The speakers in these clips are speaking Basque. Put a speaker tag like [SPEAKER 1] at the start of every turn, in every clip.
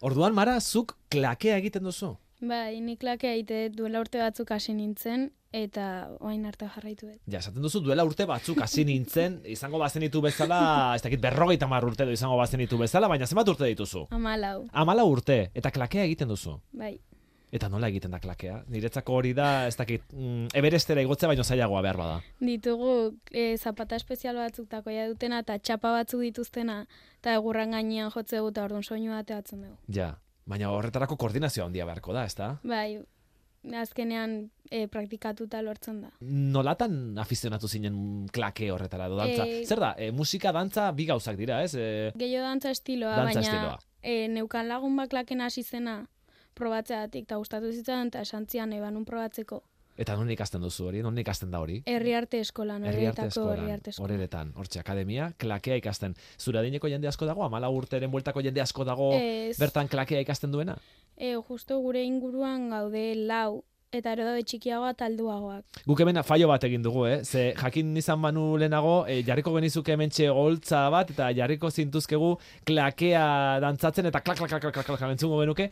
[SPEAKER 1] Orduan, Mara, zuk klakea egiten duzu.
[SPEAKER 2] Bai, nik lakea egite dut duela urte batzuk hasi nintzen, eta oain arte jarraitu dut.
[SPEAKER 1] Ja, esaten duzu duela urte batzuk hasi nintzen, izango bazenitu bezala, ez dakit berrogeita mar urte edo izango bazenitu bezala, baina zenbat urte dituzu?
[SPEAKER 2] Amalau,
[SPEAKER 1] Amala urte, eta klakea egiten duzu.
[SPEAKER 2] bai.
[SPEAKER 1] Eta nola egiten da klakea? Niretzako hori da, ez dakit, mm, eberestera igotzea baino zailagoa behar bada.
[SPEAKER 2] Ditugu e, zapata espezial batzuk takoia dutena eta txapa batzuk dituztena eta egurran gainean jotze dugu eta orduan soinua ateratzen dugu.
[SPEAKER 1] Ja, baina horretarako koordinazioa handia beharko da, ezta?
[SPEAKER 2] Bai, azkenean e, praktikatuta lortzen da.
[SPEAKER 1] Nolatan afizionatu zinen klake horretara edo dantza?
[SPEAKER 2] Eh,
[SPEAKER 1] Zer da, e, musika, dantza, bi gauzak dira, ez? E,
[SPEAKER 2] Gehiago dantza estiloa,
[SPEAKER 1] Dantza
[SPEAKER 2] baina
[SPEAKER 1] estiloa.
[SPEAKER 2] E, neukan lagun baklaken hasi zena probatzeatik eta gustatu zitzaidan eta esantzian ebanun probatzeko.
[SPEAKER 1] eta non ikasten duzu hori, non ikasten da hori?
[SPEAKER 2] Herri arte eskolan, horretako herri arte eskolan.
[SPEAKER 1] horeretan, hortxe, akademia, klakea ikasten. Zure adineko jende asko dago, amala urteren bueltako jende asko dago
[SPEAKER 2] Ez,
[SPEAKER 1] bertan klakea ikasten duena?
[SPEAKER 2] e, justo gure inguruan gaude lau, eta ero daude txikiagoa talduagoak.
[SPEAKER 1] Guk hemen faio bat egin dugu, eh? Ze jakin izan banu lehenago, eh, jarriko genizuke hemen txegoltza bat, eta jarriko zintuzkegu klakea dantzatzen, eta klak, klak, klak, klak, klak, klak, entzungo genuke.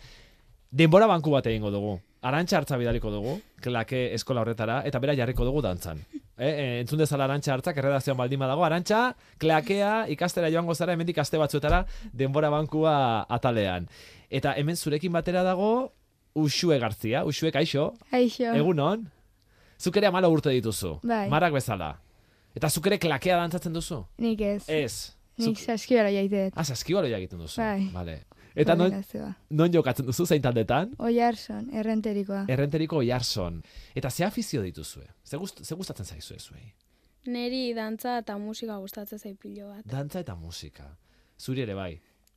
[SPEAKER 1] Denbora banku bat egingo dugu. Arantxa hartza bidaliko dugu, klake eskola horretara, eta bera jarriko dugu dantzan. Eh, eh, entzun dezala arantxa hartzak, erredazioan baldin badago. Arantxa, klakea, ikastera joango zara, hemendik aste batzuetara, denbora bankua atalean. Eta hemen zurekin batera dago, Uxue Garzia, Uxue Kaixo,
[SPEAKER 3] Aixo.
[SPEAKER 1] Egunon. Zuk ere amala urte dituzu.
[SPEAKER 3] Bai.
[SPEAKER 1] Marak bezala. Eta zuk ere klakea dantzatzen duzu?
[SPEAKER 3] Nik ez.
[SPEAKER 1] Ez.
[SPEAKER 3] Nik
[SPEAKER 1] Zuk...
[SPEAKER 3] saskiora jaitet.
[SPEAKER 1] Ah, saskibaloia egiten duzu.
[SPEAKER 3] Bai.
[SPEAKER 1] Vale. Eta non, non jokatzen duzu zein taldetan?
[SPEAKER 3] Oiarson,
[SPEAKER 1] Eh,
[SPEAKER 3] errenterikoa.
[SPEAKER 1] Errenteriko jarson. Eta ze afizio dituzue? Ze, gust, ze gustatzen zaizue zuei?
[SPEAKER 2] Neri dantza eta musika gustatzen zait pilo bat.
[SPEAKER 1] Dantza eta musika. Zuri ere bai.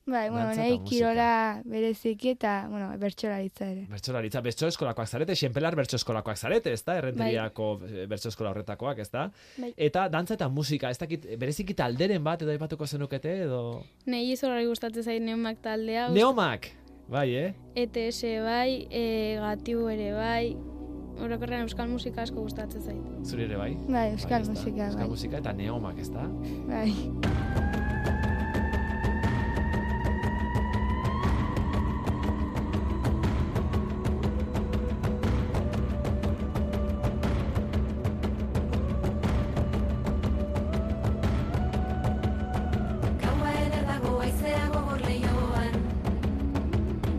[SPEAKER 3] Bai, bueno,
[SPEAKER 1] dantza eta
[SPEAKER 3] nahi
[SPEAKER 1] musika.
[SPEAKER 3] kirola bereziki eta, bueno, bertxolaritza ere.
[SPEAKER 1] Bertsolaritza, bertso eskolakoak zarete, xenpelar bertso eskolakoak zarete, ezta? Errenteriako bai. bertso eskola horretakoak, ezta?
[SPEAKER 2] Bai.
[SPEAKER 1] Eta dantza eta musika, ez dakit, bereziki talderen bat edo aipatuko zenukete edo
[SPEAKER 2] Nei izorari gustatzen zait neumak taldea, gust-
[SPEAKER 1] Neomak. Bai, eh?
[SPEAKER 2] ETS bai, e, gatiu ere bai, orokorrean euskal musika asko gustatzen zait.
[SPEAKER 1] Zuri ere bai?
[SPEAKER 3] Bai, euskal
[SPEAKER 1] ezta?
[SPEAKER 3] musika,
[SPEAKER 1] Euskal
[SPEAKER 3] bai.
[SPEAKER 1] musika eta neomak, ezta?
[SPEAKER 3] Bai.
[SPEAKER 4] Gaua eder dago aizea gogor lehioan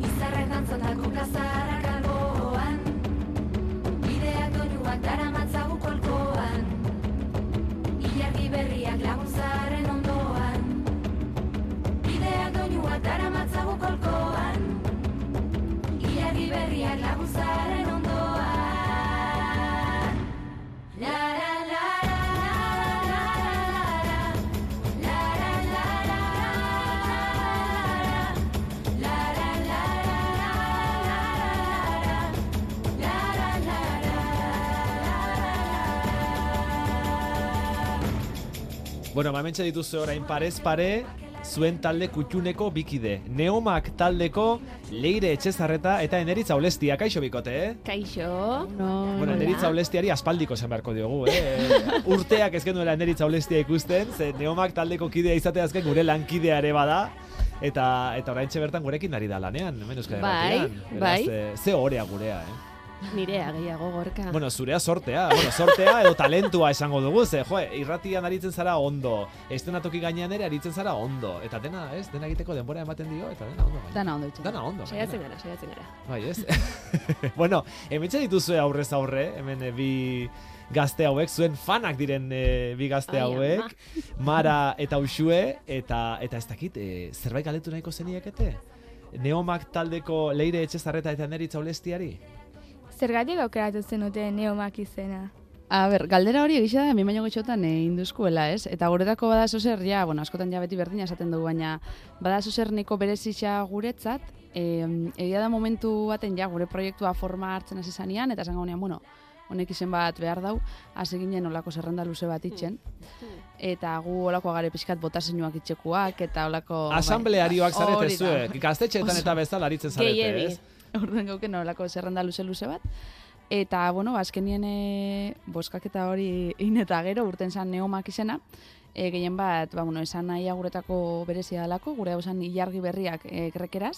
[SPEAKER 4] Izarrak dantzatako plazarrak alboan Bideak doinuak daramatzagu kolkoan Ilargi berriak laguntzaren ondoan Bideak doinuak daramatzagu kolkoan Ilargi berriak laguntzaren ondoan La la la la la la la la
[SPEAKER 1] Bueno, mamentxe dituzu orain parez pare, zuen talde kutxuneko bikide. Neomak taldeko leire etxezarreta eta eneritza olestia, kaixo bikote, eh?
[SPEAKER 5] Kaixo. No,
[SPEAKER 1] Bueno, eneritza olestiari aspaldiko esan beharko diogu, eh? Urteak ez genuela eneritza olestia ikusten, ze neomak taldeko kidea izatea azken gure lankidea ere bada. Eta, eta orain bertan gurekin ari da lanean, hemen euskal
[SPEAKER 5] Bai,
[SPEAKER 1] Herratian.
[SPEAKER 5] bai.
[SPEAKER 1] Beraz, eh, Ze orea gurea, eh?
[SPEAKER 5] Nirea gehiago gorka.
[SPEAKER 1] Bueno, zurea sortea, bueno, sortea edo talentua esango dugu, ze, jo, irratian aritzen zara ondo, estenatoki gainean ere aritzen zara ondo, eta dena, ez, dena egiteko denbora ematen dio, eta dena ondo. Baina.
[SPEAKER 5] Dana ondo itxen.
[SPEAKER 1] Dana ondo,
[SPEAKER 5] Saiatzen
[SPEAKER 1] gainera.
[SPEAKER 5] gara, saiatzen gara.
[SPEAKER 1] Bai, ez? bueno, hemen dituzue aurrez aurre, hemen eh, bi gazte hauek, zuen fanak diren eh, bi gazte
[SPEAKER 5] Ai,
[SPEAKER 1] hauek, Mara eta Uxue, eta, eta ez dakit, eh, zerbait galetu nahiko zeniekete? Neomak taldeko leire etxezarreta eta neritza olestiari?
[SPEAKER 3] Zergatik aukeratu zenuten neomak izena.
[SPEAKER 5] A ber, galdera hori egisa da, mi baino gehiotan e, induzkuela, ez? Eta guretako bada zer, ja, bueno, askotan ja beti berdina esaten dugu, baina bada zer niko berezitza guretzat, e, egia da momentu baten ja gure proiektua forma hartzen hasi zanean, eta esan gaunean, bueno, honek izen bat behar dau, hasi ginen olako zerrenda luze bat itxen, eta gu olakoa gare pixkat botaseinuak itxekuak, eta olako...
[SPEAKER 6] Oh, bai.
[SPEAKER 1] Asamblearioak zarete
[SPEAKER 5] Hori da.
[SPEAKER 1] zuek, gaztetxeetan eta bezala aritzen zarete,
[SPEAKER 5] Gehiegi.
[SPEAKER 1] ez?
[SPEAKER 5] Orduan gauken olako zerrenda luze luze bat. Eta, bueno, ba, azkenien e, boskaketa hori in eta gero urten zan neomak izena. E, gehien bat, ba, bueno, esan nahia guretako berezia dalako, gure hau zan ilargi berriak e, grekeraz.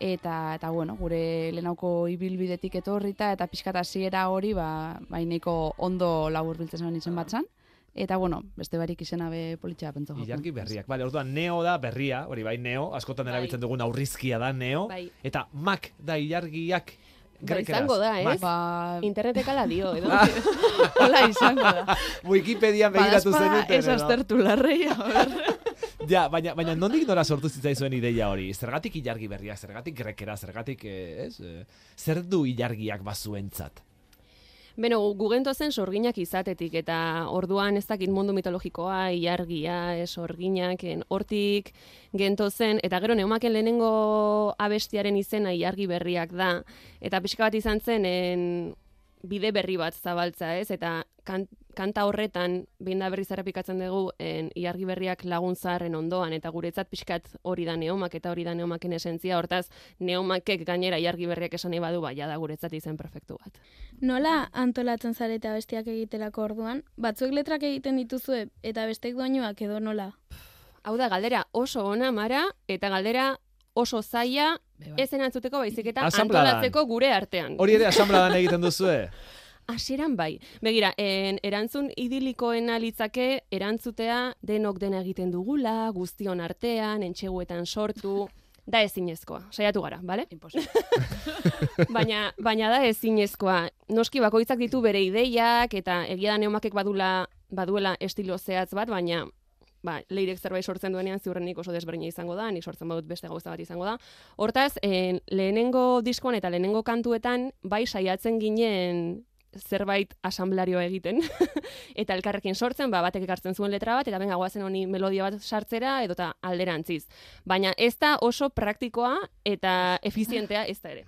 [SPEAKER 5] Eta, eta bueno, gure lehenauko ibilbidetik etorrita eta pixkat hasiera hori ba, baineko ondo laburbiltzen zuen izen
[SPEAKER 1] Ah.
[SPEAKER 5] bat zan. Eta bueno, beste barik izena be politxea pentsa jokun.
[SPEAKER 1] Ilargi berriak. Bale, orduan neo da berria, hori bai neo, askotan
[SPEAKER 6] Bai.
[SPEAKER 1] erabiltzen dugun aurrizkia da neo.
[SPEAKER 6] Bai.
[SPEAKER 1] Eta mak da ilargiak.
[SPEAKER 6] Ba,
[SPEAKER 1] grekeraz.
[SPEAKER 6] izango da, ez?
[SPEAKER 1] Mak.
[SPEAKER 5] Ba,
[SPEAKER 6] Internetek ala dio, edo? Hola izango da.
[SPEAKER 1] Wikipedian begiratu
[SPEAKER 6] Badazpada
[SPEAKER 1] zenuten.
[SPEAKER 6] Ba, ez
[SPEAKER 1] edo?
[SPEAKER 6] aztertu larrei, a ber.
[SPEAKER 1] Ja, baina, baina nondik nora sortu zitzaizuen ideia hori? Zergatik ilargi berriak, zergatik grekera, zergatik, eh, ez? eh, Zer du ilargiak bazuentzat?
[SPEAKER 6] Beno, gugento zen sorginak izatetik, eta orduan ez dakit mundu mitologikoa, ilargia, ez sorginak, en, hortik gento zen, eta gero neumaken lehenengo abestiaren izena ilargi berriak da. Eta pixka bat izan zen, en, bide berri bat zabaltza, ez? Eta kan, kanta horretan, behin da berriz errepikatzen dugu, en, ilargi berriak laguntzaren ondoan, eta guretzat pixkat hori da neumak, eta hori da neumaken esentzia, hortaz, neumakek gainera ilargi berriak esan nahi badu, baina da guretzat izen perfektu bat.
[SPEAKER 2] Nola antolatzen zarete abestiak egiterako orduan? Batzuek letrak egiten dituzue eta bestek doinuak edo nola?
[SPEAKER 6] Hau da, galdera oso ona, Mara, eta galdera oso zaila,
[SPEAKER 5] Be bai.
[SPEAKER 6] ez erantzuteko baizik eta
[SPEAKER 1] Asanpladan.
[SPEAKER 6] antolatzeko gure artean.
[SPEAKER 1] Hori ere asambladan egiten duzue?
[SPEAKER 6] Hasieran bai. Begira, en, erantzun idilikoena litzake erantzutea denok dena egiten dugula, guztion artean, entxeguetan sortu, da ezinezkoa. Saiatu gara, bale?
[SPEAKER 5] imposible.
[SPEAKER 6] baina, baina da ezinezkoa. Noski bakoitzak ditu bere ideiak eta egia da neumakek badula, baduela estilo zehatz bat, baina ba, leirek zerbait sortzen duenean ziurrenik oso desberdina izango da, nik sortzen badut beste gauza bat izango da. Hortaz, en, lehenengo diskoan eta lehenengo kantuetan bai saiatzen ginen zerbait asamblarioa egiten eta elkarrekin sortzen, ba, batek ekartzen zuen letra bat eta benga goazen honi melodia bat sartzera edota alderantziz. Baina ez da oso praktikoa eta efizientea ez da ere.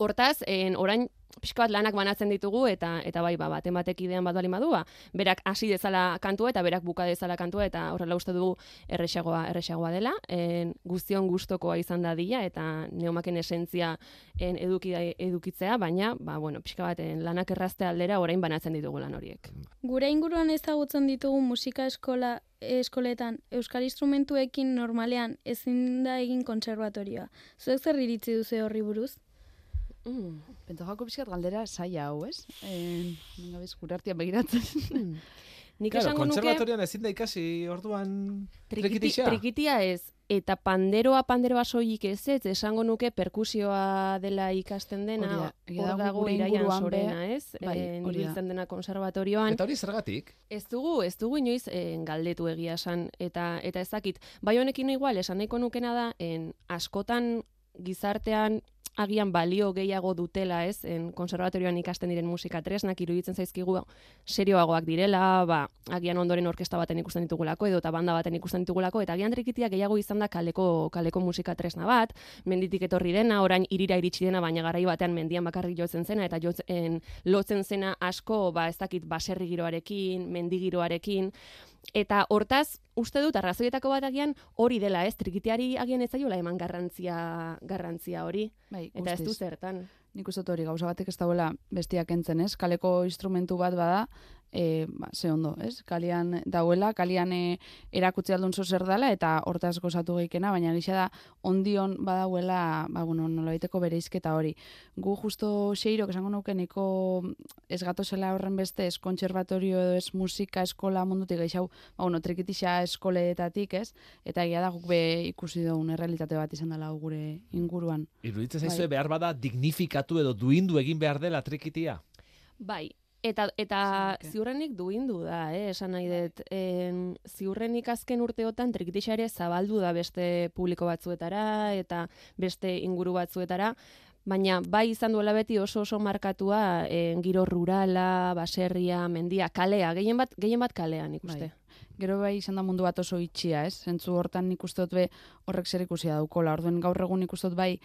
[SPEAKER 6] Hortaz, en, orain pixka bat lanak banatzen ditugu eta eta bai ba baten batek idean bat balin badua, berak hasi dezala kantua eta berak buka dezala kantua eta horrela uste dugu erresagoa erresagoa dela. En, guztion gustokoa izan dadila eta neumaken esentzia en, eduki edukitzea, baina ba bueno, pixka bat en, lanak errazte aldera orain banatzen ditugu lan horiek.
[SPEAKER 2] Gure inguruan ezagutzen ditugu musika eskola eskoletan euskal instrumentuekin normalean ezin da egin kontserbatorioa. Zuek zer iritzi duzu horri buruz?
[SPEAKER 5] Pentsa joko pixkat galdera zaila hau, ez? Eh, Nengabiz gure artean begiratzen.
[SPEAKER 6] Nik
[SPEAKER 1] Claro,
[SPEAKER 6] esango nuke
[SPEAKER 1] kontserbatorioan ezin da ikasi orduan
[SPEAKER 6] Trikiti,
[SPEAKER 1] trikitixa.
[SPEAKER 6] trikitia ez, eta panderoa panderoa soilik ez ez, esango nuke perkusioa dela ikasten dena,
[SPEAKER 5] Hori da, egia
[SPEAKER 6] hor
[SPEAKER 5] da,
[SPEAKER 6] dago
[SPEAKER 5] gure
[SPEAKER 6] iraian
[SPEAKER 5] inguruan be-
[SPEAKER 6] sorena ez,
[SPEAKER 5] bai,
[SPEAKER 6] eh,
[SPEAKER 5] hori da.
[SPEAKER 6] ibiltzen dena konservatorioan.
[SPEAKER 1] Eta hori zergatik?
[SPEAKER 6] Ez dugu, ez dugu inoiz en, galdetu egia esan, eta, eta ez dakit. Bai honekin igual, esan nahiko nukena da, en, askotan gizartean agian balio gehiago dutela, ez, en, konservatorioan ikasten diren musika tresnak iruditzen zaizkigu serioagoak direla, ba, agian ondoren orkesta baten ikusten ditugulako edo eta banda baten ikusten ditugulako eta agian trikitia gehiago izan da kaleko kaleko musika tresna bat, menditik etorri dena, orain irira iritsi dena, baina garai batean mendian bakarrik jotzen zena eta jotzen lotzen zena asko, ba, ez dakit baserri giroarekin, mendigiroarekin, Eta hortaz, uste dut, arrazoietako bat agian hori dela, ez, trikiteari agian ez zaiola eman garrantzia, garrantzia hori.
[SPEAKER 5] bai,
[SPEAKER 6] Eta ez du
[SPEAKER 5] guztiz.
[SPEAKER 6] zertan.
[SPEAKER 5] Nik uste dut hori gauza batek ez dauela bestiak entzen, ez? Kaleko instrumentu bat bada, e, ba, ze ondo, ez? Kalian dauela, kalian e, erakutsi aldun zo zer dela, eta hortaz gozatu geikena, baina gisa da, ondion badauela, ba, bueno, nola bere izketa hori. Gu justo seirok esango nuke niko ez gatozela horren beste, ez kontserbatorio edo ez musika eskola mundutik gehiago, ba, bueno, trikitixa eskoleetatik, ez? Eta egia da guk be ikusi dugun errealitate bat izan dela hau gure inguruan.
[SPEAKER 1] Iruditzen zaizue behar bada dignifikatu edo duindu egin behar dela trikitia.
[SPEAKER 6] Bai, eta, eta
[SPEAKER 5] Esan nuke.
[SPEAKER 6] ziurrenik duindu da, eh? esan nahi dut. En, ziurrenik azken urteotan trikitixa ere zabaldu da beste publiko batzuetara eta beste inguru batzuetara. Baina bai izan duela beti oso oso markatua en, giro rurala, baserria, mendia, kalea, gehien bat, gehien bat kalean ikuste.
[SPEAKER 5] Gero bai izan da mundu bat oso itxia, ez? Zentzu hortan nik uste dut be horrek zer ikusia daukola. Orduen gaur egun nik uste dut bai,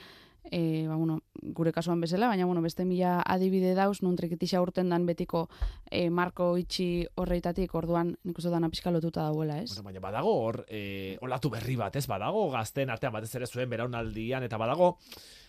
[SPEAKER 5] e, ba, bueno, gure kasuan bezala, baina bueno, beste mila adibide dauz, nun trikitixa urten dan betiko e, marko itxi horreitatik, orduan nik uste dut dana pixka lotuta dauela, ez?
[SPEAKER 1] Bueno, baina badago hor, eh, olatu berri bat, ez? Badago gazten artean batez ere zuen beraunaldian, eta badago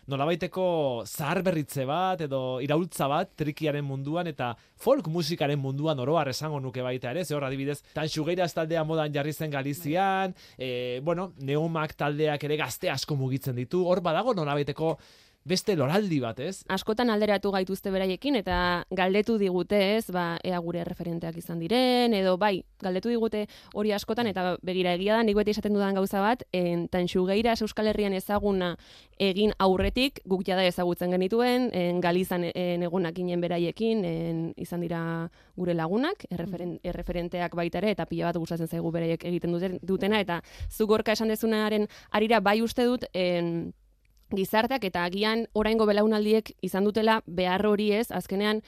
[SPEAKER 1] nolabaiteko zahar berritze bat edo iraultza bat trikiaren munduan eta folk musikaren munduan oroar esango nuke baita ere, ze hor adibidez, tan sugeira taldea modan jarri zen Galizian, e, bueno, neumak taldeak ere gazte asko mugitzen ditu, hor badago nolabaiteko beste loraldi bat, ez?
[SPEAKER 6] askotan alderatu gaituzte beraiekin eta galdetu digute, ez, ba, ea gure referenteak izan diren edo bai, galdetu digute hori askotan eta begira egia da nik beti esaten dudan gauza bat, en Tanxugeira Euskal Herrian ezaguna egin aurretik guk jada ezagutzen genituen, en Galizan en, egunak ginen beraiekin, en, izan dira gure lagunak, erreferen, erreferenteak baita ere eta pila bat gustatzen zaigu beraiek egiten duten- dutena eta zu gorka esan dezunaren arira bai uste dut en, gizarteak eta agian oraingo belaunaldiek izan dutela behar hori ez, azkenean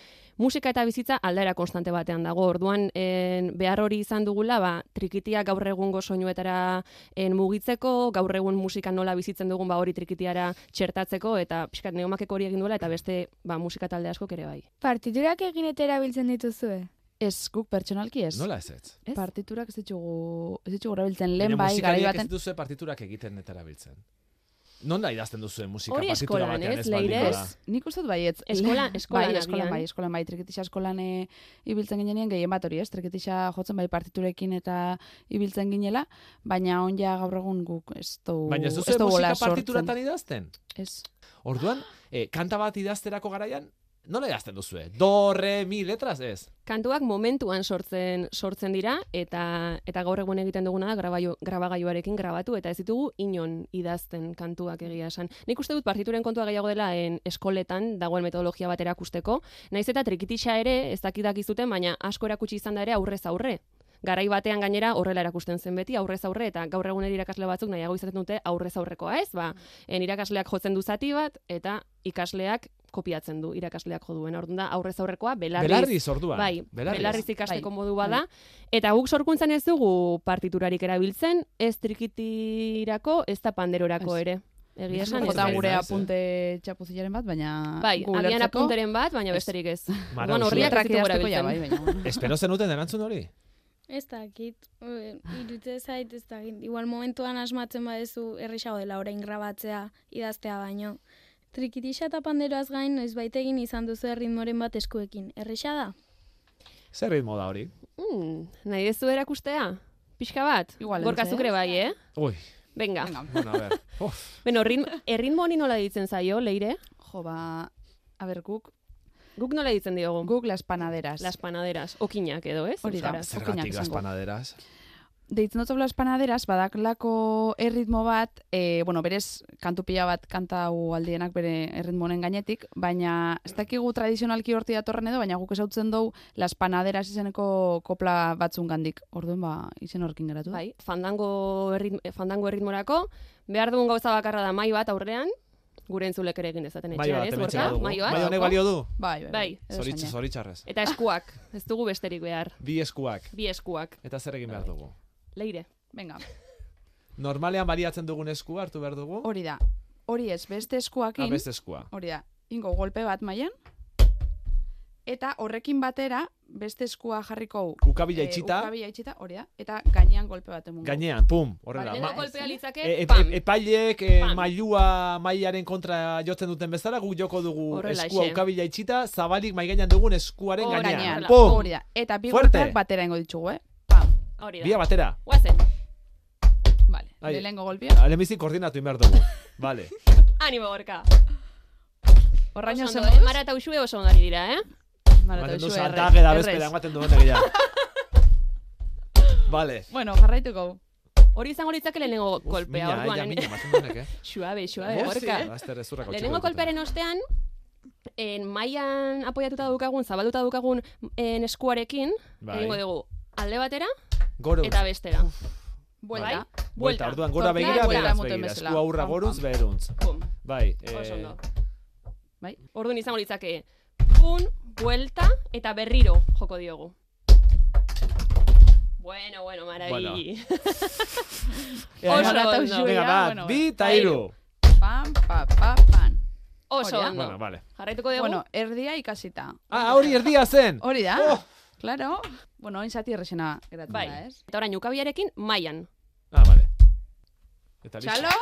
[SPEAKER 6] musika eta bizitza aldera konstante batean dago. Orduan en, behar hori izan dugula, ba, trikitia gaur egungo soinuetara en, mugitzeko, gaur egun musika nola bizitzen dugun ba hori trikitiara txertatzeko eta pixkat neumakeko hori egin duela eta beste ba, musika talde askok ere bai.
[SPEAKER 3] Partiturak egin eta erabiltzen dituzue.
[SPEAKER 5] Ez guk pertsonalki ez.
[SPEAKER 1] Nola ez ez?
[SPEAKER 6] Ez?
[SPEAKER 5] Partiturak ez ditugu, ez ditugu erabiltzen lehen
[SPEAKER 1] Baina
[SPEAKER 5] bai, garai
[SPEAKER 1] musikariak
[SPEAKER 5] baten.
[SPEAKER 1] ez duzue partiturak egiten eta erabiltzen. Non da idazten duzuen musika
[SPEAKER 6] Hori
[SPEAKER 1] partitura
[SPEAKER 6] eskolan,
[SPEAKER 1] batean,
[SPEAKER 6] ez,
[SPEAKER 1] baldin
[SPEAKER 6] Leire?
[SPEAKER 1] bada?
[SPEAKER 6] Ez.
[SPEAKER 5] Nik uste dut baietz.
[SPEAKER 6] Eskolan- eskolan
[SPEAKER 5] bai, eskolan,
[SPEAKER 6] agian.
[SPEAKER 5] bai, eskolan, bai, triketixa eskolan e, ibiltzen ginenean gehien bat hori, ez, triketixa jotzen bai partiturekin eta ibiltzen ginela, baina on ja gaur egun guk ez du,
[SPEAKER 1] Baina ez
[SPEAKER 5] ez
[SPEAKER 1] duzue
[SPEAKER 5] du
[SPEAKER 1] musika
[SPEAKER 5] gola sortzen.
[SPEAKER 1] partituratan idazten?
[SPEAKER 5] Ez,
[SPEAKER 1] Orduan, eh, kanta bat idazterako garaian, nola idazten duzue? Do, re, mi, letras, ez?
[SPEAKER 6] Kantuak momentuan sortzen sortzen dira eta eta gaur egun egiten duguna da grabaio, grabagailuarekin grabatu eta ez ditugu inon idazten kantuak egia esan. Nik uste dut partituren kontua gehiago dela en eskoletan dagoen metodologia bat erakusteko. Naiz eta trikitixa ere ez dakidak izuten, baina asko erakutsi izan da ere aurrez aurre. Garai batean gainera horrela erakusten zen beti aurrez aurre eta gaur egun ere irakasle batzuk nahiago izaten dute aurrez aurrekoa, ez? Ba, en irakasleak jotzen du zati bat eta ikasleak kopiatzen du irakasleak jo duena. Orduan da aurrez aurrekoa belarriz
[SPEAKER 1] Belarriz orduan.
[SPEAKER 6] Bai, belarriz, ikasteko
[SPEAKER 5] Bai.
[SPEAKER 6] modu bada. Eta guk sorkuntzan ez dugu partiturarik erabiltzen, ez trikitirako, ez da panderorako
[SPEAKER 5] Ez.
[SPEAKER 6] ere. Egia esan ez.
[SPEAKER 5] jota
[SPEAKER 1] ez.
[SPEAKER 5] gure
[SPEAKER 1] Bai, Ez, ez.
[SPEAKER 5] apunte txapuzilaren bat, baina
[SPEAKER 6] Bai,
[SPEAKER 5] gu
[SPEAKER 6] agian
[SPEAKER 5] ulertzeko,
[SPEAKER 6] apunteren bat, baina
[SPEAKER 5] Ez.
[SPEAKER 6] besterik ez.
[SPEAKER 1] Mara
[SPEAKER 6] Orduan
[SPEAKER 1] duzue.
[SPEAKER 6] horriak ez
[SPEAKER 5] letrak
[SPEAKER 6] ditugu
[SPEAKER 5] idazteko ja, bai,
[SPEAKER 6] erabiltzen.
[SPEAKER 5] baina. bueno.
[SPEAKER 1] Espero zenuten erantzun hori?
[SPEAKER 2] Ez dakit, e, irutze zait ez dakit. Igual momentuan asmatzen badezu errexago dela orain grabatzea, idaztea baino. Trikitixa eta panderoaz gain noizbait egin izan duzu erritmoren bat eskuekin. Errexa da?
[SPEAKER 1] Zer ritmo da hori?
[SPEAKER 6] Hmm, nahi ez du erakustea? Pixka bat?
[SPEAKER 5] Igual,
[SPEAKER 6] Gorka
[SPEAKER 5] ez?
[SPEAKER 6] zukre bai, eh?
[SPEAKER 1] Ui,
[SPEAKER 6] Venga.
[SPEAKER 5] Venga.
[SPEAKER 1] bueno, a ber. Uf,
[SPEAKER 6] Beno, ritmo, erritmo honi nola ditzen zaio, leire?
[SPEAKER 5] Jo, ba, a ber, guk,
[SPEAKER 6] Guk nola ditzen diogu?
[SPEAKER 5] guk las panaderas.
[SPEAKER 6] Las panaderas, okinak edo, ez?
[SPEAKER 5] Hori da.
[SPEAKER 6] Euskaraz.
[SPEAKER 1] zergatik
[SPEAKER 5] Okinak
[SPEAKER 1] las
[SPEAKER 5] izango.
[SPEAKER 1] panaderas.
[SPEAKER 5] deitzen dut Blas Panaderas, badaklako erritmo bat, e, bueno, berez, kantu pila bat kanta hau aldienak bere erritmo honen gainetik, baina ez dakigu tradizionalki horti datorren edo, baina guk esautzen dugu Las Panaderas izeneko kopla batzun gandik. Orduan, ba, izen horkin geratu. da.
[SPEAKER 6] Bai, fandango, errit, fandango erritmorako, behar dugun gauza bakarra da mai bat aurrean, gure entzulek ere egin dezaten
[SPEAKER 1] Bai,
[SPEAKER 6] etxea,
[SPEAKER 1] bat,
[SPEAKER 6] ez,
[SPEAKER 1] hemen
[SPEAKER 6] gorka?
[SPEAKER 1] dugu.
[SPEAKER 6] Mai
[SPEAKER 1] Bai,
[SPEAKER 6] bat,
[SPEAKER 1] honek
[SPEAKER 6] dauko.
[SPEAKER 1] balio du.
[SPEAKER 5] Bai, bai.
[SPEAKER 6] Bai.
[SPEAKER 5] edo
[SPEAKER 1] Zoritz,
[SPEAKER 5] zaina.
[SPEAKER 1] zoritxarrez.
[SPEAKER 6] Eta eskuak, ez dugu besterik behar,
[SPEAKER 1] Bi eskuak.
[SPEAKER 6] bi eskuak,
[SPEAKER 1] Eta zer egin behar dugu?
[SPEAKER 6] leire.
[SPEAKER 5] Venga,
[SPEAKER 1] Normalean baliatzen dugun eskua hartu behar dugu.
[SPEAKER 5] hori da. Hori ez, beste eskuakin,
[SPEAKER 1] Abez eskua.
[SPEAKER 5] hori da, ingo golpe bat mailan, eta horrekin batera, beste eskua jarriko hau.
[SPEAKER 6] Eh,
[SPEAKER 1] Ukabila itxita,
[SPEAKER 5] ukabila itxita, hori da. Eta gainean golpe bat emungo.
[SPEAKER 1] gainean, pum, horrela.
[SPEAKER 5] Bai,
[SPEAKER 6] Lehenengo
[SPEAKER 5] ez.
[SPEAKER 6] golpea litzake,
[SPEAKER 1] E, e,
[SPEAKER 6] pam.
[SPEAKER 1] e, epailek e,
[SPEAKER 6] Pam.
[SPEAKER 1] mailua mailaren kontra jotzen duten bezala guk joko dugu
[SPEAKER 6] Horrelaxe.
[SPEAKER 1] eskua ukabila itxita, zabalik mai gainean dugun eskuaren
[SPEAKER 6] Hor
[SPEAKER 1] gainean.
[SPEAKER 6] gainean,
[SPEAKER 1] Pum!
[SPEAKER 5] Hori da. Eta bi
[SPEAKER 1] Fuerte.
[SPEAKER 5] golpeak batera ingo ditugu, eh? Pam.
[SPEAKER 6] Hori
[SPEAKER 1] Bia
[SPEAKER 6] da.
[SPEAKER 1] batera.
[SPEAKER 6] Guazen,
[SPEAKER 5] Vale.
[SPEAKER 1] Ai.
[SPEAKER 5] Lehenengo golpea.
[SPEAKER 1] Lehenbizi koordinatu inbar dugu. Vale.
[SPEAKER 6] animo gorka.
[SPEAKER 5] Horraino
[SPEAKER 6] Oso
[SPEAKER 5] zen
[SPEAKER 6] ondo, eh? Mara eta usue oso ondari dira, eh?
[SPEAKER 1] Ematen du
[SPEAKER 5] duzu
[SPEAKER 1] santage da bezpera, ematen du honek ja. Vale.
[SPEAKER 5] Bueno, jarraituko. hau.
[SPEAKER 6] Hori izango litzake lehenengo golpea,
[SPEAKER 1] mina, eh, ja,
[SPEAKER 6] orduan.
[SPEAKER 1] mina, ematen du honek, eh.
[SPEAKER 6] Suabe, suabe,
[SPEAKER 1] Ozi,
[SPEAKER 6] gorka.
[SPEAKER 1] Laster hezurrako
[SPEAKER 6] Lehenengo
[SPEAKER 1] txiko dut.
[SPEAKER 6] kolpearen ostean, en mailan apoiatuta daukagun, zabalduta daukagun en eskuarekin,
[SPEAKER 1] Bai.
[SPEAKER 6] egingo dugu alde batera
[SPEAKER 1] Goruz.
[SPEAKER 6] eta bestera.
[SPEAKER 5] Buelta.
[SPEAKER 6] Bai?
[SPEAKER 1] Buelta, orduan gora
[SPEAKER 5] Tortilla,
[SPEAKER 1] begira,
[SPEAKER 5] buelta
[SPEAKER 1] beraz
[SPEAKER 5] moten
[SPEAKER 1] begira.
[SPEAKER 5] bezala.
[SPEAKER 1] Eskua aurra
[SPEAKER 5] Pam,
[SPEAKER 1] goruz,
[SPEAKER 5] pam.
[SPEAKER 1] beruntz.
[SPEAKER 6] Pum.
[SPEAKER 1] Bai,
[SPEAKER 6] Oso
[SPEAKER 1] eh,
[SPEAKER 6] ondo.
[SPEAKER 5] Bai.
[SPEAKER 6] Orduan izango litzake, pun, buelta eta berriro joko diogu. Bueno, bueno,
[SPEAKER 1] Bueno.
[SPEAKER 6] maravilla.
[SPEAKER 1] eh, venga,
[SPEAKER 6] Oso
[SPEAKER 5] Mara eta
[SPEAKER 6] ondo.
[SPEAKER 5] Uxue,
[SPEAKER 1] Venga,
[SPEAKER 5] ja,
[SPEAKER 1] bat,
[SPEAKER 5] bueno,
[SPEAKER 1] bi eta
[SPEAKER 6] Bai.
[SPEAKER 1] hiru.
[SPEAKER 5] Pam, pa, pa, pam.
[SPEAKER 6] Oso
[SPEAKER 5] Hori da.
[SPEAKER 6] ondo.
[SPEAKER 1] Bueno, vale.
[SPEAKER 6] Jarraituko dugu.
[SPEAKER 5] Bueno, erdia ikasita.
[SPEAKER 1] Ah, hori erdia zen.
[SPEAKER 5] Hori da.
[SPEAKER 1] Oh.
[SPEAKER 5] Claro. Bueno, oin zati errexena geratu
[SPEAKER 6] Bai.
[SPEAKER 5] da, ez?
[SPEAKER 6] Eta orain ukabiarekin mailan.
[SPEAKER 1] Ah, vale. Eta listo.
[SPEAKER 5] Txalo.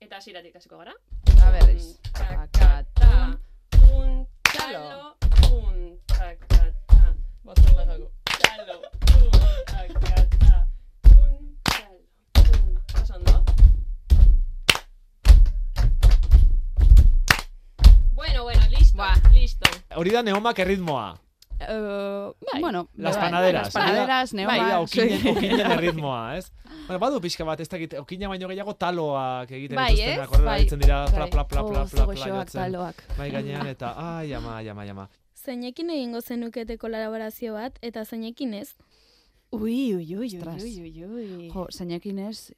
[SPEAKER 6] Eta hasieratik hasiko gara.
[SPEAKER 5] Ba, berriz.
[SPEAKER 6] Tak,
[SPEAKER 5] Taka, ta.
[SPEAKER 6] Un talo, un takata. Talo, un takata. Un talo, un. Oso ondo? Bueno, bueno, listo, listo.
[SPEAKER 1] Hori da neomak erritmoa.
[SPEAKER 5] Bueno,
[SPEAKER 1] Las
[SPEAKER 5] bai,
[SPEAKER 1] panaderas.
[SPEAKER 5] Las panaderas,
[SPEAKER 1] Bai,
[SPEAKER 5] neoma.
[SPEAKER 1] da, okinen, okinen erritmoa, ez? Bueno, badu pixka bat, ez dakit, okina baino gehiago taloak egiten
[SPEAKER 6] Bai,
[SPEAKER 1] dituztenak,
[SPEAKER 6] ez?
[SPEAKER 1] horrela
[SPEAKER 6] Bai,
[SPEAKER 1] deitzen dira, pla,
[SPEAKER 6] bai.
[SPEAKER 1] pla, pla, pla, pla, pla,
[SPEAKER 6] goxoak
[SPEAKER 1] jotzen.
[SPEAKER 6] taloak.
[SPEAKER 1] Bai gainean, eta ai, ama, ai, ama, ai, ama.
[SPEAKER 2] Zeinekin egingo zenukete kolaborazio bat, eta zeinekin ez?
[SPEAKER 7] Ui, ui, ui,
[SPEAKER 5] Ostras.
[SPEAKER 7] ui, ui, ui, ui.
[SPEAKER 5] Jo, zainekin ez.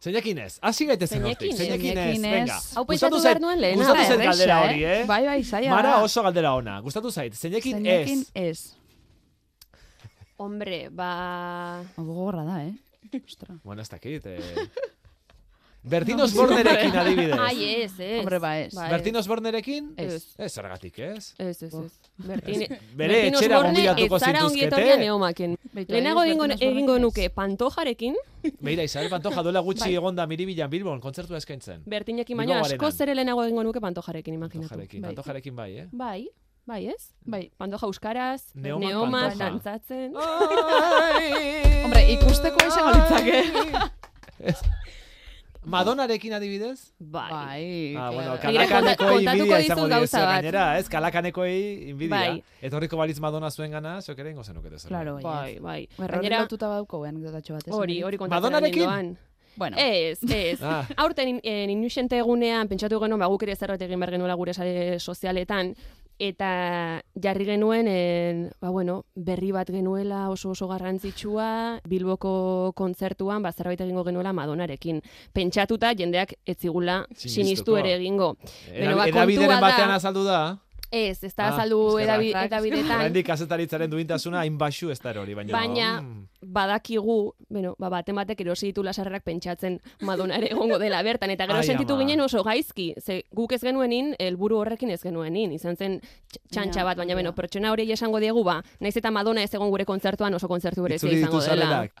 [SPEAKER 1] Zeinekin ez, hasi gaitezen hortik,
[SPEAKER 6] Zeinekin ez.
[SPEAKER 1] zeinekin ez,
[SPEAKER 5] Zeinekin ez.
[SPEAKER 1] venga.
[SPEAKER 6] Hau
[SPEAKER 1] Gustatu
[SPEAKER 6] pentsatu
[SPEAKER 1] zait-
[SPEAKER 6] behar nuen lehena.
[SPEAKER 1] Gustatu
[SPEAKER 5] Ah,
[SPEAKER 1] zait
[SPEAKER 5] erresa,
[SPEAKER 1] galdera hori, eh?
[SPEAKER 5] Bai, bai, zaila
[SPEAKER 1] Mara
[SPEAKER 5] da.
[SPEAKER 1] oso galdera ona, gustatu zait, zeinekin
[SPEAKER 5] Zeinekin
[SPEAKER 1] ez.
[SPEAKER 5] ez.
[SPEAKER 6] Hombre, ba...
[SPEAKER 5] Hau gogorra da, eh? Ostra.
[SPEAKER 1] Bueno, ez dakit, eh... Bertin Osbornerekin
[SPEAKER 6] Ai, eh,
[SPEAKER 1] adibidez.
[SPEAKER 6] ez, ez.
[SPEAKER 5] Hombre, ba ez.
[SPEAKER 6] Ba,
[SPEAKER 1] Bertin Osbornerekin,
[SPEAKER 5] Ez.
[SPEAKER 1] ez, zergatik ez.
[SPEAKER 6] Ez, ez, ez. Bertin,
[SPEAKER 1] Bere etxera gonbidatuko
[SPEAKER 6] Ez zara
[SPEAKER 1] zintuzkete.
[SPEAKER 6] ongietorria neomaken.
[SPEAKER 5] Beitu, adibidez,
[SPEAKER 6] Lehenago egingo,
[SPEAKER 5] Bertin Osbornek
[SPEAKER 6] egingo
[SPEAKER 5] ez.
[SPEAKER 6] nuke pantojarekin,
[SPEAKER 1] Beira, Isabel Pantoja duela gutxi
[SPEAKER 5] Bai.
[SPEAKER 1] egonda miribilan Bilbon, kontzertu eskaintzen.
[SPEAKER 6] bertinekin baino
[SPEAKER 1] Bilbao
[SPEAKER 6] asko
[SPEAKER 1] Arenan.
[SPEAKER 6] zer lehenago egingo nuke pantojarekin, imaginatu.
[SPEAKER 1] Pantojarekin,
[SPEAKER 5] Bai.
[SPEAKER 1] pantojarekin bai, eh?
[SPEAKER 6] Bai, bai ez?
[SPEAKER 5] Bai.
[SPEAKER 6] Pantoja euskaraz,
[SPEAKER 1] Neomak
[SPEAKER 6] neoma,
[SPEAKER 1] pantoja.
[SPEAKER 6] dantzatzen.
[SPEAKER 5] Hombre, ikusteko izango litzake.
[SPEAKER 1] Madonarekin adibidez?
[SPEAKER 6] Bai.
[SPEAKER 5] Bai,
[SPEAKER 1] Ah, bueno,
[SPEAKER 5] claro.
[SPEAKER 6] Begira, konta-
[SPEAKER 1] kalakanekoi
[SPEAKER 6] kontatuko
[SPEAKER 1] inbidia
[SPEAKER 6] dizut
[SPEAKER 1] izango
[SPEAKER 6] gauza
[SPEAKER 1] diezu
[SPEAKER 6] bat.
[SPEAKER 1] gainera, ez? Kalakanekoi inbidia.
[SPEAKER 6] Bai.
[SPEAKER 1] Etorriko balitz Madonna zuen gana, zok ere ingo zenukete zer.
[SPEAKER 5] Claro,
[SPEAKER 6] Bai, bai.
[SPEAKER 5] Horri
[SPEAKER 6] Gainera,
[SPEAKER 5] lotuta baduko, behan anekdotatxo bat. ez?
[SPEAKER 6] hori, hori kontatzen
[SPEAKER 1] Madonarekin?
[SPEAKER 6] nindoan.
[SPEAKER 5] Bueno,
[SPEAKER 6] Ez, ez.
[SPEAKER 1] Ah,
[SPEAKER 6] Aurten in, eh, Inuxente egunean pentsatu genuen, ba, guk ere zerbait egin behar genuela gure sare sozialetan, eta jarri genuen, en, ba, bueno, berri bat genuela oso oso garrantzitsua, Bilboko kontzertuan, ba, zerbait egingo genuela Madonarekin. Pentsatuta jendeak ez zigula
[SPEAKER 1] Sinistuko.
[SPEAKER 6] sinistu ere egingo.
[SPEAKER 1] era,
[SPEAKER 6] ba,
[SPEAKER 1] edabideren
[SPEAKER 6] kontua da-
[SPEAKER 1] batean azaldu da.
[SPEAKER 6] Ez, ez
[SPEAKER 1] Ah,
[SPEAKER 6] da azaldu
[SPEAKER 1] eskerrak.
[SPEAKER 6] edabi, edabidetan,
[SPEAKER 1] Oraindik kazetaritzaren duintasuna hainbaxu ez da hori, baina...
[SPEAKER 6] Baina-
[SPEAKER 1] mm,
[SPEAKER 6] badakigu, bueno, ba, baten batek erosi ditu lasarrak pentsatzen madonare egongo dela bertan, eta gero
[SPEAKER 1] Ai,
[SPEAKER 6] sentitu
[SPEAKER 1] ama.
[SPEAKER 6] ginen oso gaizki, ze guk ez genuenin, helburu horrekin ez genuenin, izan zen tx- txantxa
[SPEAKER 5] Ja,
[SPEAKER 6] bat, baina beno,
[SPEAKER 5] ja.
[SPEAKER 6] pertsona hori esango diegu ba, naiz eta madona ez egon gure kontzertuan oso kontzertu berezia
[SPEAKER 1] itzuli ditu
[SPEAKER 6] izango dela.
[SPEAKER 1] zalenak.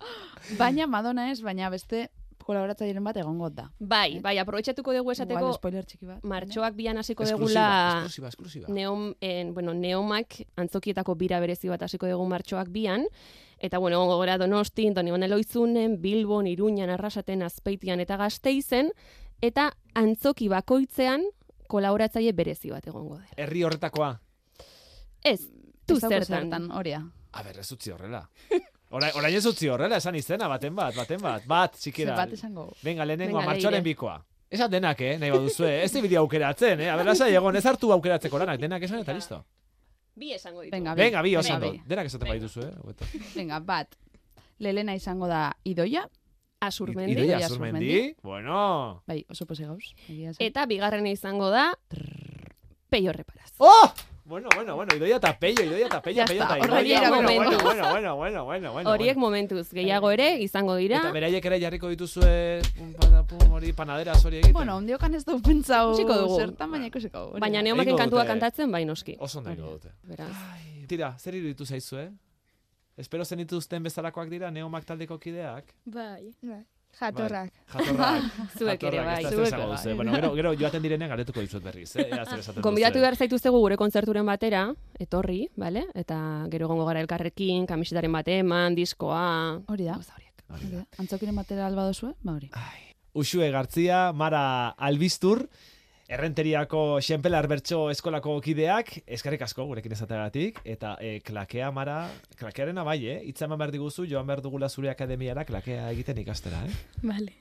[SPEAKER 6] Eh.
[SPEAKER 5] baina Madonna ez, baina beste kolaboratzaileen bat egongo da.
[SPEAKER 6] Bai, bai, aprobetxatuko dugu esateko,
[SPEAKER 5] Igual, spoiler txiki bat.
[SPEAKER 6] martxoak bian hasiko
[SPEAKER 1] Esklusiba,
[SPEAKER 6] degula
[SPEAKER 1] esklusiba, esklusiba.
[SPEAKER 6] Neom, en, bueno, neomak antzokietako bira berezi bat hasiko dugu martxoak bian, eta bueno, egongo gara Donostin, Doniban Eloizunen, Bilbon, Iruñan, Arrasaten, Azpeitian eta Gasteizen, eta antzoki bakoitzean kolaboratzaile berezi bat egongo dela.
[SPEAKER 1] Herri horretakoa.
[SPEAKER 6] Ez, tu
[SPEAKER 5] Ez dauka
[SPEAKER 6] zertan.
[SPEAKER 5] hori da.
[SPEAKER 1] A ber, ez utzi horrela. Ora, orain ez utzi horrela, esan izena, baten bat, baten bat, bat,
[SPEAKER 5] Zer
[SPEAKER 1] txikera.
[SPEAKER 5] bat esango.
[SPEAKER 1] Venga, lehenengoa,
[SPEAKER 6] Venga,
[SPEAKER 1] martxoaren
[SPEAKER 6] leire.
[SPEAKER 1] bikoa. Esan denak, eh, nahi baduzue. Ez ibili aukeratzen, eh? Abera, egon, ez hartu aukeratzeko lanak, denak esan eta listo.
[SPEAKER 6] Bi esango ditu.
[SPEAKER 5] Venga, bi.
[SPEAKER 1] Venga, bi, oso
[SPEAKER 5] Venga,
[SPEAKER 1] ondo. Denak esaten badituzu, eh? hobeto.
[SPEAKER 5] Venga, bat. Lelena izango da idoia.
[SPEAKER 6] Azurmendi.
[SPEAKER 1] Idoia
[SPEAKER 5] Idoia
[SPEAKER 1] Zurmendi. Bueno.
[SPEAKER 5] Bai, oso pose gauz. egia esan.
[SPEAKER 6] Eta bigarren izango da Peio Reparaz.
[SPEAKER 1] ¡Oh! Bueno, bueno, bueno, idoia eta peio, idoia eta peio,
[SPEAKER 5] Ya
[SPEAKER 1] peio eta
[SPEAKER 5] está,
[SPEAKER 1] idoia.
[SPEAKER 6] horregiera
[SPEAKER 1] Bueno, bueno,
[SPEAKER 6] momentuz.
[SPEAKER 1] bueno, bueno, bueno, bueno, bueno.
[SPEAKER 6] Horiek
[SPEAKER 1] bueno.
[SPEAKER 6] momentuz, gehiago ere izango dira.
[SPEAKER 1] Eta beraiek ere jarriko dituzue pum, para, pum, hori panaderas hori egiten.
[SPEAKER 5] Bueno, ondiokan ez du pentsau
[SPEAKER 6] Ikusiko dugu.
[SPEAKER 5] zertan, baina ikusiko. dugu.
[SPEAKER 6] Baina
[SPEAKER 1] ne-
[SPEAKER 6] neomaken
[SPEAKER 1] Egingo
[SPEAKER 6] kantua
[SPEAKER 1] dute.
[SPEAKER 6] kantatzen, bai noski.
[SPEAKER 1] oso ondo egingo dute.
[SPEAKER 6] Beraz.
[SPEAKER 1] Ai, Tira, zer iruditu zaizue? Espero zenituzten bezalakoak dira neomak taldeko kideak.
[SPEAKER 2] Bai.
[SPEAKER 1] Jatorrak. Jatorrak.
[SPEAKER 6] Zuek ere,
[SPEAKER 1] Jatorrak, ez
[SPEAKER 6] bai.
[SPEAKER 1] da
[SPEAKER 6] Zuek
[SPEAKER 1] zer esango
[SPEAKER 6] ere,
[SPEAKER 1] duzue. Bueno, gero, gero joaten direnean galdetuko dizut berriz, eh? Ea zer esaten
[SPEAKER 6] Konbidatu
[SPEAKER 1] duzuen.
[SPEAKER 6] behar zaituztegu gure kontzerturen batera, etorri, bale? Eta gero egongo gara elkarrekin, kamisetaren bat eman, diskoa...
[SPEAKER 5] Hori da.
[SPEAKER 6] gauza horiek.
[SPEAKER 1] Hori da.
[SPEAKER 5] Antzokiren batera alba dozue, ba hori.
[SPEAKER 1] Uxue Gartzia, Mara Albiztur, Errenteriako Xenpelar Bertso eskolako kideak, eskerrik asko gurekin ezateagatik, eta e, klakea Mara, klakearena bai, eh? Itza eman behar diguzu, joan behar dugula zure akademiara klakea egiten ikastera, eh?
[SPEAKER 2] Bale.